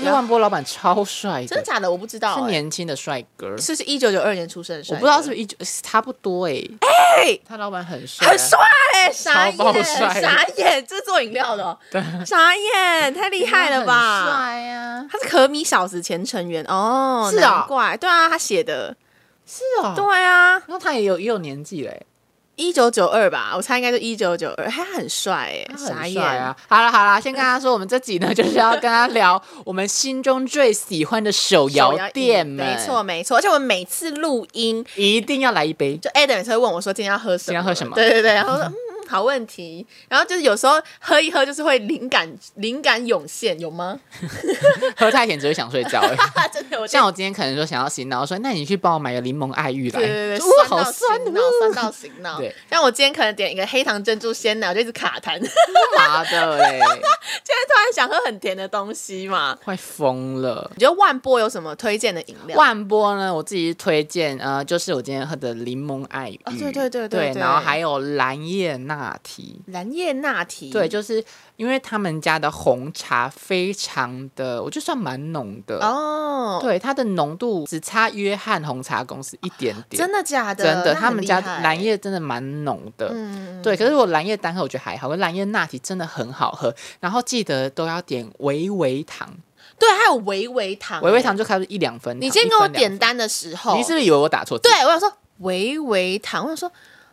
叶万波老板超帅真的的，假的？我不知道、是欸，年轻的帅哥，是是一九九二年出生的帅哥，我不知道是不是一九，差不多哎、哎他老板很帅，啊很帅、欸，傻超爆眼，帅傻眼，这是做饮料的哦、傻眼，太厉害了很吧！帅啊呀、他是可米小子前成员哦，是啊难怪，对啊，他写的，是哦，对啊，然后他也有也有年纪嘞，一九九二吧，我猜应该是一九九二，哎他很帅哎、他傻很眼帅啊！好了好了，先跟他说，我们这集呢就是要跟他聊我们心中最喜欢的手手摇店欸饮们，没错，没错，而且我们每次录音，一定要来一杯。就 Adam 也是会问我说今天要喝什么，今天要喝什么对对对，然后说嗯。好问题，然后就是有时候喝一喝，就是会灵感灵感涌现，有吗？ 喝太甜只会想睡觉、欸。啊，真的，我这像样，我今天可能说想要醒脑，我说那你去帮我买个柠檬爱玉来，对对对，说哇酸好到酸醒的，脑，酸哦哇到醒脑。对，像我今天可能点一个黑糖珍珠鲜奶，我就一直卡痰， 现在妈的嘞，突然想喝很甜的东西嘛。快疯了。你觉得万波有什么推荐的饮料？万波呢，我自己推荐，呃，就是我今天喝的柠檬爱玉，哦对对对对对，对然后还有蓝叶拿提，蓝叶拿提，对，就是因为他们家的红茶非常的，我就算蛮浓的，哦，，对，它的浓度只差约翰红茶公司一点点，真的假的？真的，那他很们厉家害蓝，叶真的蛮浓的，嗯，对，可是我蓝叶单喝我觉得还好，可是蓝叶拿铁真的很好喝。然后记得都要点微微糖，对，还有维维糖，欸微微糖。就开始一两分啊糖。你今天一给我分两点单的时候，分，你是不是以为我打错字？对，我想说维维糖，我想说，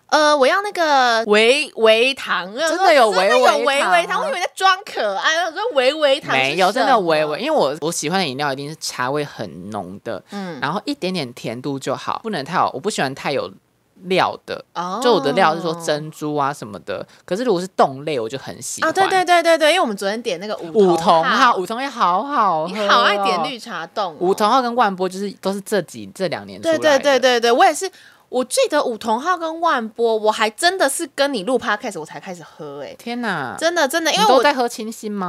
呃，我要那个维维糖，我想说真的有真的维有维维糖维糖，我以为你在装可爱，我说维维糖没有，真的微维微，，因为我我喜欢的饮料一定是茶味很浓的，嗯，然后一点点甜度就好，不能太有，我不喜欢太有料的。哦就我的料是说珍珠啊什么的，可是如果是冻类，我就很喜欢。哦，对对对对对，因为我们昨天点那个梧五桐桐号号，，五桐也好好喝、哦，你好爱点绿茶冻哦，五桐号跟万波就是都是这几这两年出来对对的。对对对，我也是。我记得五桐号跟万波，我还真的是跟你录 podcast 我才开始喝、欸，天哪！真的真的，因你为我都在喝清 新吗？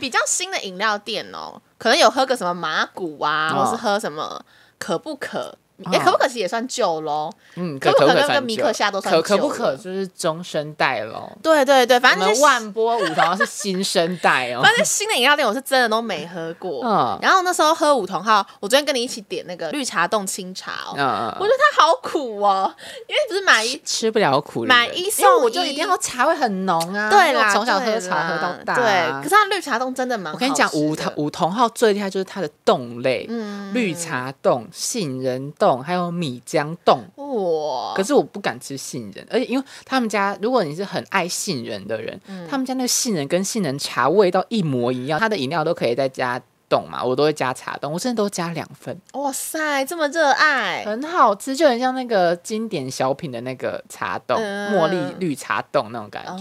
比较新的饮料店哦，可能有喝个什么麻古啊，哦或是喝什么可不可？嗯哎、可不可其实也算旧喽。嗯，可不可跟算跟米久克夏都算可可久不了可就是中生代咯。对对对，我反正那们些万波五堂是新生代哦反，正新的饮料店我是真的都没喝过。嗯然后那时候喝五同号，我昨天跟你一起点那个绿茶冻清茶哦，嗯嗯我觉，嗯得它好苦哦，因为不是买一。吃不了苦的人买一送因为我就一定一要茶味很浓啊，对因为我啦，从小对喝茶啦喝到大对，啊，可是它绿茶冻真的蛮好我吃的。跟你讲，五桐五桐号最厉害就是它的冻类，嗯绿茶冻、杏仁冻，还有米浆冻。哇，可是我不敢吃杏仁，而且因为他们家，如果你是很爱杏仁的人，嗯他们家那个杏仁跟杏仁茶味道一模一样，他的饮料都可以再加冻嘛，我都会加茶冻，我真的都加两份，哇塞，这么热爱，很好吃，就很像那个经典小品的那个茶冻，嗯茉莉绿茶冻那种感觉，哦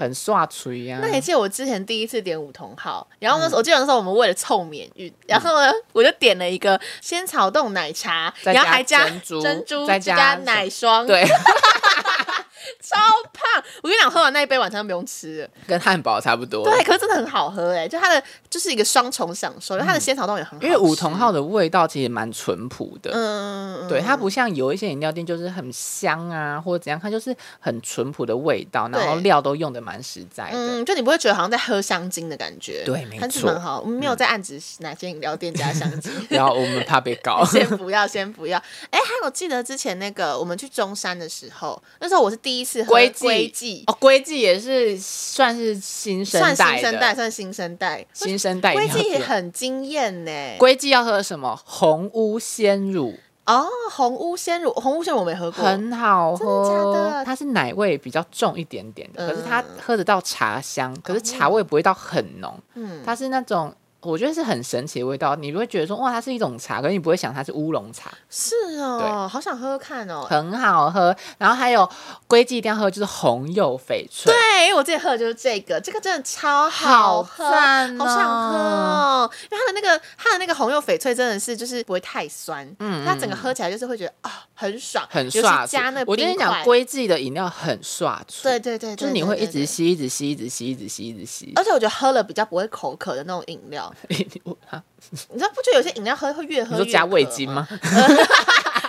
很刷嘴啊呀、那你记得我之前第一次点五桐号，然后呢，嗯我记得那时候我们为了凑免运，然后呢，我就点了一个仙草冻奶茶，再然后加还加珍珠珍珠，再加加奶霜，， 对，超胖。我跟你讲，喝完那一杯晚上就不用吃了。跟汉堡差不多。对，可是真的很好喝哎、就它的就是一个双重享受，它的仙草冻也很好吃，嗯因为五桐号的味道其实蛮淳朴的，嗯，嗯，对，嗯它不像有一些饮料店就是很香啊，或者怎样，它就是很淳朴的味道，然后对料都用的蛮实在的。嗯，就你不会觉得好像在喝香精的感觉，对没它是错蛮好。我们没有在暗指哪间饮料店加香精，，然后我们怕被 告先不要，先不要。哎、还有记得之前那个我们去中山的时候，那时候我是第一次喝龟记龟记，哦，龟记也是算是新生算代新的，生代，算新生代。新生代龟饮料记店很惊艳欸呢，龟记要喝什么？红屋鲜乳哦，红屋鲜乳，红屋鲜乳我没喝过，很好哦真的假喝，的它是奶味比较重一点点的，可是它嗯哦喝得到茶香，可是茶味不会到很浓，嗯，它是那种。我觉得是很神奇的味道，你会觉得说哇，它是一种茶，可是你不会想它是乌龙茶。是哦，好想喝喝看哦。很好喝。然后还有龟记一定要喝，就是红柚翡翠，对，因为我最近喝的就是这个，这个真的超好喝，赞、好想喝！哦！因为它的那个它的那个红柚翡翠真的是就是不会太酸，嗯，它整个喝起来就是会觉得啊很爽，很尤其刷嘴加那我冰跟你讲，块龟记的饮料很刷嘴，对对对对，就是你对会对一直对呃吸，一直吸，一直吸，一直吸，一直吸。而且我觉得喝了比较不会口渴的那种饮料， 你我啊你知道不觉得有些饮料喝会越你喝说越 加味渴精吗？吗？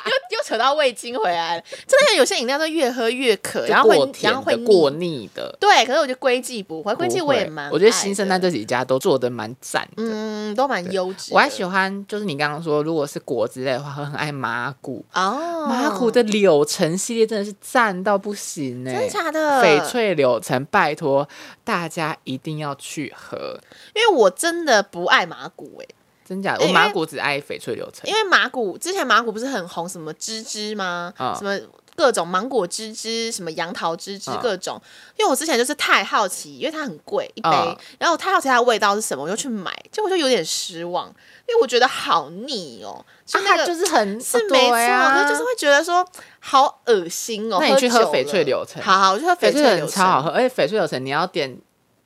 扯到味精回来了。真的有些饮料都越喝越渴，然后就过会甜然后的会过腻。腻的。对，可是我觉得龟记不会，龟记不我也会蛮爱的，我觉得新生代这几家都做的蛮赞的。嗯都蛮优质的。我还喜欢，就是你刚刚说，如果是果汁类的话，我很爱麻古。哦，麻古的柳橙系列真的是赞到不行呢、真的假的？翡翠柳橙，拜托大家一定要去喝，因为我真的不爱麻古哎、真假的？哎我因为麻古只爱翡翠柳橙因，为麻古之前麻古不是很红什么芝芝吗？嗯什么各种芒果芝芝，什么杨桃芝芝嗯各种。因为我之前就是太好奇，因为它很贵一杯，嗯然后我太好奇它的味道是什么，我就去买，结果就有点失望，因为我觉得好腻哦、就那啊个、它就是很是没错，对啊可是就是会觉得说好恶心哦、那你去喝酒了翡翠柳橙好好，我去喝翡翡翠翠柳柳橙，橙超好喝，而且翡翠柳橙你要点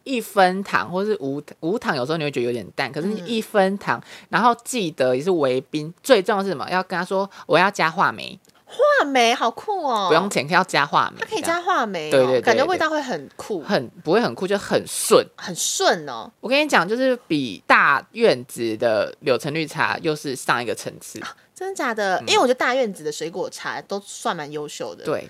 一分糖或是无无糖，有时候你会觉得有点淡，可是嗯你一分糖，然后记得也是微冰，最重要是什么？要跟他说我要加话梅，话梅好酷哦、不用，钱，可以要加话梅，它可以这样加话梅、哦，对对对感觉对味道会很酷，很不会很酷，就很顺。很顺哦、我跟你讲，就是比大院子的柳橙绿茶又是上一个层次，真的假的？因为我觉得大院子的水果茶都算蛮优秀的，，嗯对。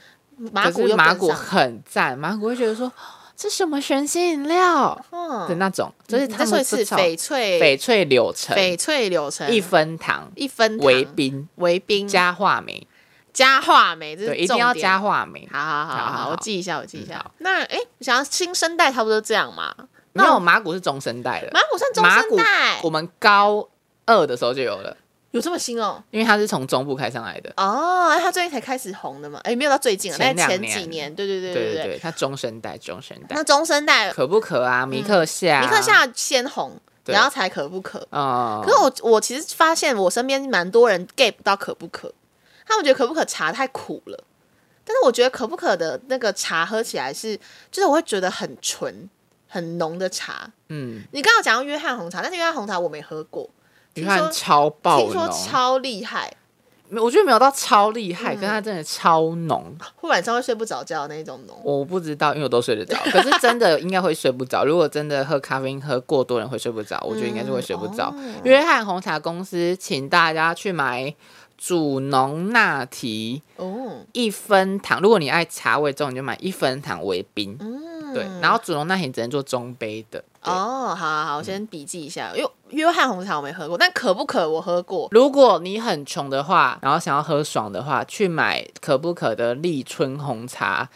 麻可古是又麻跟古上，很赞，麻古会觉得说这什么神仙饮料的嗯，那种，就是你他再说们一次，这种翡翠翆翠柳橙翡翠柳橙一分糖一分糖为冰维冰加话梅，加话梅，这是对，一定要重点加。话梅。好好好好好好好，好我记一下，我记一下好。那哎，我想要新生代差不多这样嘛？没那有我麻古是中生代的马，古算中麻古生代我，们高二的时候就有了，有这么新哦？因为它是从中部开上来的。哦，哎他最近才开始红的嘛？哎，没有到最近了，但前是前几两年年，对对对对对对对，它中生代，中生代那中生代，可不可啊？米克夏，尼克，夏先红，对然后才可不可？嗯，可是我我其实发现我身边蛮多人 get 不到可不可，他们觉得可不可茶太苦了，但是我觉得可不可的那个茶喝起来是，就是我会觉得很纯、很浓的茶。嗯，你刚刚讲到约翰红茶，但是约翰红茶我没喝过，你听说看超爆听浓说，超嗯厉害，没我觉得没有到超厉害，跟它真的超浓，会晚上会睡不着觉的那种浓。我不知道，因为我都睡得着。 可是真的应该会睡不着。如果真的喝咖啡因喝过多，人会睡不着。我觉得应该是会睡不着。嗯哦约翰红茶公司请大家去买主浓纳提哦，一分糖。如果你爱茶味重，你就买一分糖为冰。嗯，对，然后嗯主浓纳提只能做中杯的。对哦，好好好，我先笔记一下，因为约翰红茶我没喝过，但可不可我喝过。如果你很穷的话，然后想要喝爽的话，去买可不可的立春红茶。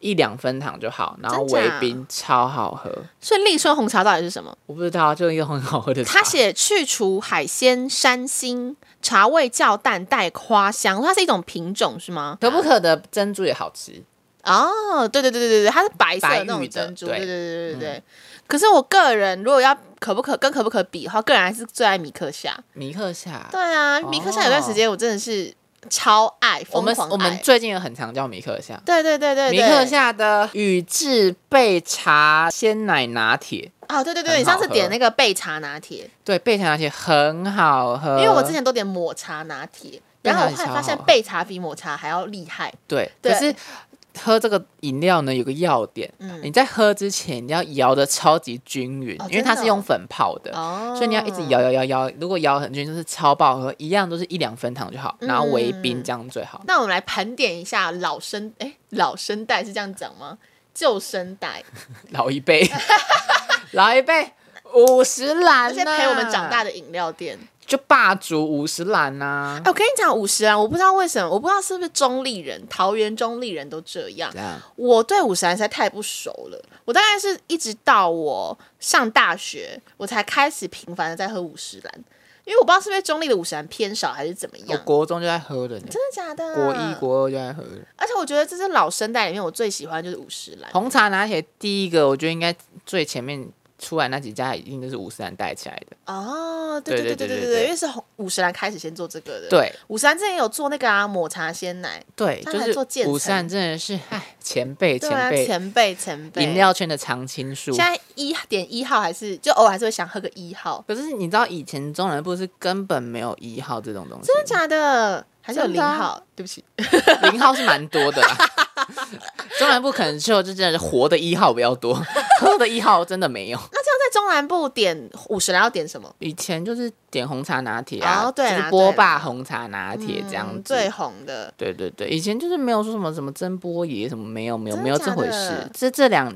一两分糖就好，然真后微假冰超好喝，所以立春红茶到底是什么？我不知道，就一个很好喝的茶。它写去除海鲜、山荇，茶味较淡，带花香。它是一种品种是吗？可不可的珍珠也好吃，哦，对对对对对对，它是白色的那白种玉的珍珠，对对嗯对对对对。可是我个人如果要可不可跟可不可比的话，个人还是最爱米克夏。米克夏。对啊，米克夏有段时间我真的是超爱，哦我疯们狂爱。我们最近有很常叫米克夏，对对对对米对，克夏的宇治贝茶鲜奶拿铁，啊，对对对，你很好上次点那个焙茶拿铁，对，贝茶拿铁很好喝，因为我之前都点抹茶拿铁，然后我焙后茶来也发现超好喝焙茶比抹茶还要厉害。对，对可是喝这个饮料呢有个要点，你在喝之前你要摇的超级均匀嗯哦，因为它真的是哦用粉泡的，哦，所以你要一直摇摇摇摇，如果摇很均匀就是超爆喝，一样都是一两分糖就好，嗯然后微冰这样最好。那我们来盘点一下老生，哎，老生代是这样讲吗？旧生 代，老 一辈，老一辈五十那岚些呐，陪我们长大的饮料店。就霸主五十岚呐哎、，我跟你讲五十岚，我不知道为什么，我不知道是不是中立人，桃园中立人都这样这。样我对五十岚实在太不熟了，我大概是一直到我上大学，我才开始频繁的在喝五十岚，因为我不知道是不是中立的五十岚偏少还是怎么我样。国中就在喝了呢，真的假的？啊国一、国二就在喝了。而且我觉得这是老生代里面我最喜欢的就是五十岚。红茶拿铁第一个，我觉得应该最前面出来那几家一定都是五十岚带起来的。哦，对对对对对对对对对对，对因为是红五十岚开始先做这个的。，对五十岚之前有做那个啊抹茶鲜奶，对，他就还做是渐层五十岚真的是哎前辈对前啊，辈，前辈前辈饮。料圈的常青树现。在一点一号还是就偶尔还是会想喝个一号，可是你知道以前中南部是根本没有一号这种东西，真的假的？还是有真零的啊号？对不起，零号是蛮多的啦。 中南部可能就就真的是活的一号比较多，喝的一号真的没有。那这样中南部点五十来要点什么？以前就是点红茶拿铁啊，哦对啦就是波霸红茶拿铁这样嗯子。最红的，对对对，以前就是没有说什么什么蒸波爷什么没有没有真的没有这回假事的，这这两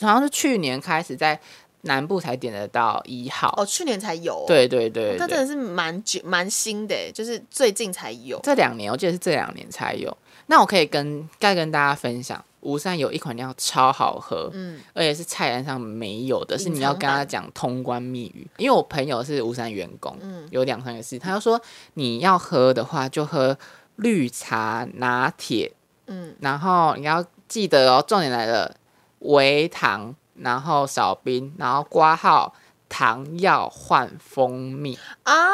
好像是去年开始在南部才点得到一号。哦，去年才有、哦。对对对那对真的是蛮久蛮新的耶，就是最近才有。这两年我记得是这两年才有。那我可以跟再跟大家分享，吴山有一款料超好喝，嗯，而且是菜单上没有的，是隐你要藏跟他版讲通关密语。因为我朋友是吴山员工，嗯有两三个是，他就说你要喝的话就喝绿茶拿铁，嗯，然后你要记得哦，重点来了，微糖，然后少冰，然后挂号。糖要换蜂蜜，啊，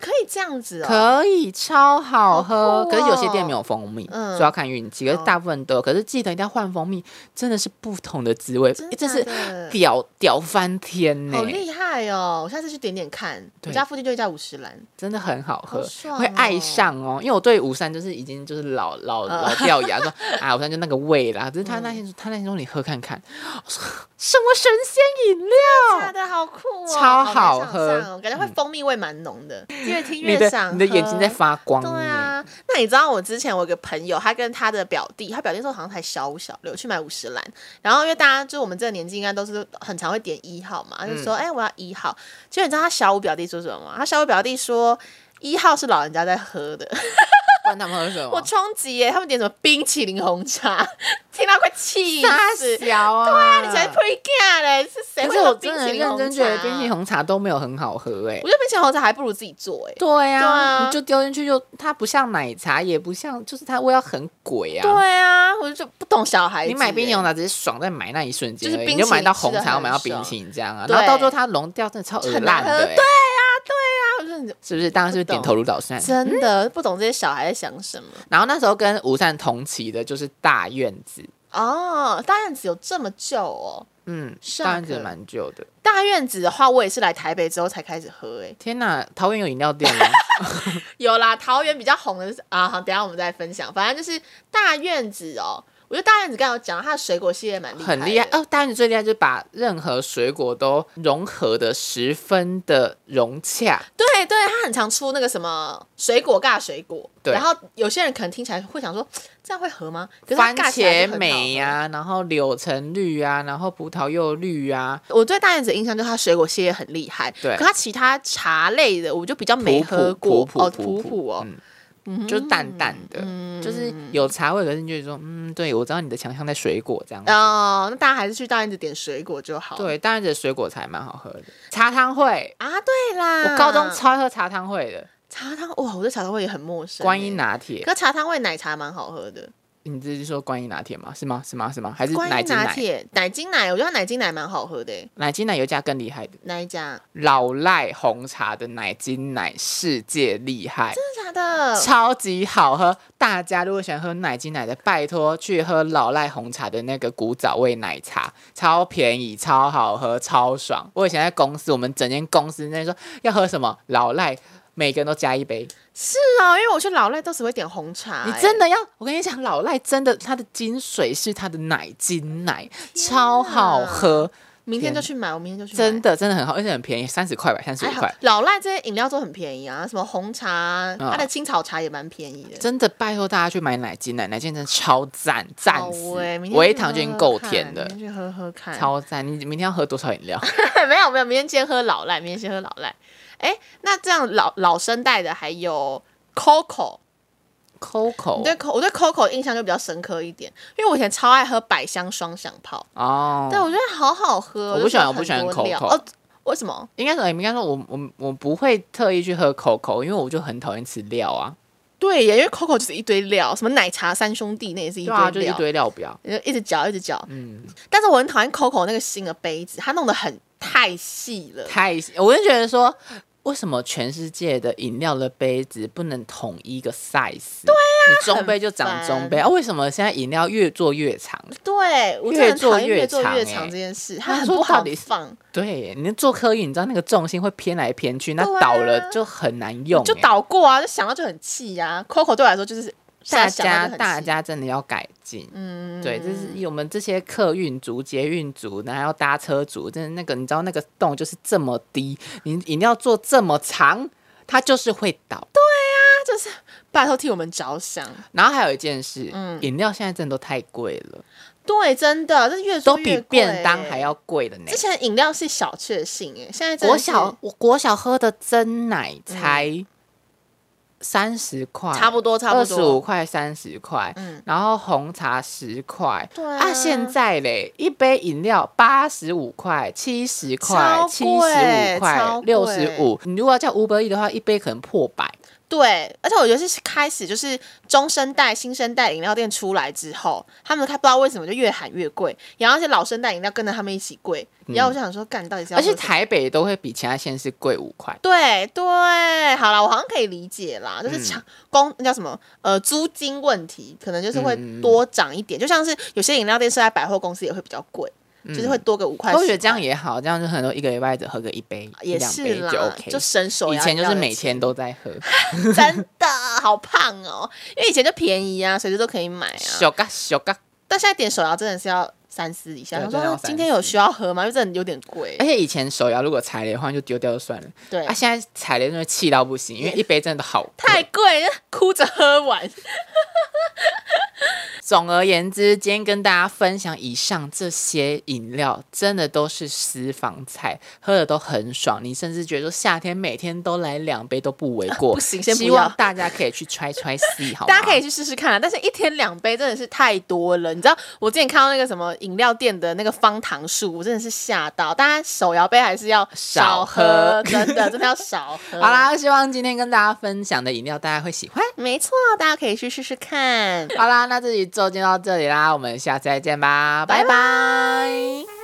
可以这样子哦。可以超好喝，好酷哦可是有些店没有蜂蜜，嗯所以要看运气。可是哦大部分都有，可是记得一定要换蜂蜜，真的是不同的滋味，真的诶真假是的屌屌翻天呢、好厉害哦！我下次去点点看，我对家附近就有一家五十岚，真的很好喝，好爽哦会爱上哦。因为我对吴山就是已经就是老老呃嗯老掉牙， 说啊吴山就那个味啦。只是他那天、他那天说你喝看看，我说什么神仙饮料？假的好酷哦，超好好喝嗯难想象哦，感觉会蜂蜜味蛮浓的，越听你越的想你的眼睛在欸喝发光对耶、啊，那你知道我之前我有个朋友，他跟他的表弟，他表弟那时候好像才小五小六，去买五十兰。然后因为大家就我们这个年纪，应该都是很常会点一号嘛，他就嗯说：“哎、我要一号。”结果你知道他小五表弟说什么吗？他小五表弟说。一号是老人家在喝的，管他们喝什么，我冲击耶！他们点什么冰淇淋红茶， 听到快气死！傻小啊！对啊，你才 pre g 嘞，是谁可会是我喝真冰的淇淋认红真茶啊觉得冰淇淋？红茶都没有很好喝哎、我觉得冰淇淋红茶还不如自己做哎。对呀、对啊你就丢进去就，它不像奶茶，也不像，就是它味道很鬼啊。对啊，我就不懂小孩子你耶。买冰淇淋红茶只是爽在买那一瞬间而已，就是冰淇你淋就买到红吃得茶，很要买到冰淇淋这样啊，爽然后到最后它融掉，真的超恶很难烂喝的、欸，对啊，我说你是不是？当然是不是不懂点头如捣蒜。真的不懂这些小孩在想什么然后那时候跟吴善同期的就是大院子，哦。大院子有这么久哦？嗯， Shock 大院子蛮旧的。大院子的话，我也是来台北之后才开始喝、欸，天哪，桃园有饮料店 吗？有啦，桃园比较红的是啊，好，等一下我们再分享。反正就是大院子哦，我觉得大院子刚刚有讲它的水果系列蛮厉害，很厉害。哦！大院子最厉害就是把任何水果都融合的十分的融洽，对对，它很常出那个什么水果尬水果，对然后有些人可能听起来会想说这样会合吗？可是它番尬起来就很好茄喝莓呀、然后柳橙绿啊，然后葡萄柚绿啊，我对大院子的印象就是它水果系列很厉害，对可它其他茶类的我就比较没普普喝过，普普哦，普嗯普普普哦，嗯嗯就是淡淡的，就是有茶味，可是你就觉得说，嗯，对我知道你的强项在水果这样子。哦，那大家还是去大院子点水果就好。对，当然这水果才蛮好喝的。茶汤会，啊，对啦，我高中超爱喝茶汤会的，茶汤哇，我对茶汤味也很陌生欸。观音拿铁。可茶汤味奶茶蛮好喝的，你自己说观音拿铁吗？是吗？是吗？是吗？还是观奶音精拿奶？铁、奶精奶，我觉得奶精奶蛮好喝的欸。奶精奶有一家更厉害的，哪一家？老赖红茶的奶精奶世界厉害。真的假的？超级好喝！大家如果喜欢喝奶精奶的，拜托去喝老赖红茶的那个古早味奶茶，超便宜、超好喝、超爽。我以前在公司，我们整间公司那说要喝什么老赖。每个人都加一杯，是哦，因为我去老赖都只会点红茶欸。你真的要？我跟你讲，老赖真的，它的精髓是它的奶精奶，啊超好喝，明天就去买，我明天就去买。真的真的很好，而且很便宜，三十块吧，三十五还好块，，老赖这些饮料都很便宜啊，什么红茶啊，嗯它的青草茶也蛮便宜的。真的拜托大家去买奶精奶，奶精真的超赞，赞死好欸明，天去微糖就已喝经喝够看甜了明。天去喝喝看。超赞！你明天要喝多少饮料？ 没有没有，明天先喝老赖，明天先喝老赖。哎，那这样老老生代的还有 Coco， Coco 你对 Co 我对 Coco 印象就比较深刻一点，因为我以前超爱喝百香双响炮，哦，对我觉得好好喝。我不喜欢就我不喜欢很多料 Coco 哦，为什么？应该说，应该说我我我不会特意去喝 Coco，因为我就很讨厌吃料啊，对耶，因为 Coco 就是一堆料，什么奶茶三兄弟那也是一对堆啊，料，就一堆料表。就一直搅一直搅。嗯，但是我很讨厌 Coco 那个新的杯子，它弄得很太细了。太，我就觉得说，为什么全世界的饮料的杯子不能统一个 size？对啊，你中杯就长中杯啊，为什么现在饮料越做越长？对，我真的越很讨做厌越越做长越欸长这件事，它那很说不到好底是放。对，你做科饮，你知道那个重心会偏来偏去，那对啊倒了就很难用欸，就倒过啊，就想到就很气呀、啊。Coco 对我来说就是大现在想到家就很大气家真的要改进。嗯，对，就是我们这些客运族、捷运族，然后要搭车族，真的那个你知道那个洞就是这么低，你饮料做这么长，它就是会倒。他就是拜托替我们着想。然后还有一件事，嗯饮料现在真的都太贵了，对，真的，这越都做越比贵便当还。要贵了呢之。前饮料是小确幸哎，现在真的国是嗯小我国小喝的真奶才三十块，差不多差不二十五多，块、三十块，嗯，然后红茶十块。对啊，现在嘞，一杯饮料八十五块、七十块超、七十五贵块超、贵六十五。你如果要叫五百亿的话，一杯可能破百。对，而且我觉得是开始就是中生代、新生代饮料店出来之后，他们他不知道为什么就越喊越贵，然后那些老生代饮料跟着他们一起贵，然后我就想说，干到底是要嗯而且喝什么台北都会比其他县市贵五块。对对，好了，我好像可以理解啦，就嗯是长工那叫什么呃租金问题，可能就是会嗯嗯嗯嗯多涨一点，就像是有些饮料店设在百货公司也会比较贵，就是会多个五块。我觉得这样10也好，这样就很多一个礼拜只喝个一杯、一也两是杯啦，就 OK。省手以摇前饮就料是的每钱天都在喝，哎真的好胖哦，因为以前就便宜啊，随时都可以买啊。小嘎小嘎。但现在点手摇真的是要三思一下，对他真的要说啊三今天有需要喝吗？因为真的有点贵而。且以前手摇如果踩雷的话就丢掉就算了，对啊，，现在踩雷真的气到不行，因为一杯真的好贵。太贵，就哭着喝 完。总而言之，今天跟大家分享以上这些饮料，真的都是私房菜，喝的都很爽。你甚至觉得说夏天每天都来两杯都不为过。不行先不希望要大家可以去 try try see 好吗？大家可以去试试看啊！但是一天两杯真的是太多了。你知道我之前看到那个什么饮料店的那个方糖树，我真的是吓到。大家手摇杯还是要少少喝喝，真的真的要少喝。 好，啦，哎希望今天跟大家分享的饮料大家会喜欢。没错，大家可以去试试看。好啦，那这集就先到这里啦，我们下次再见吧，拜拜。拜拜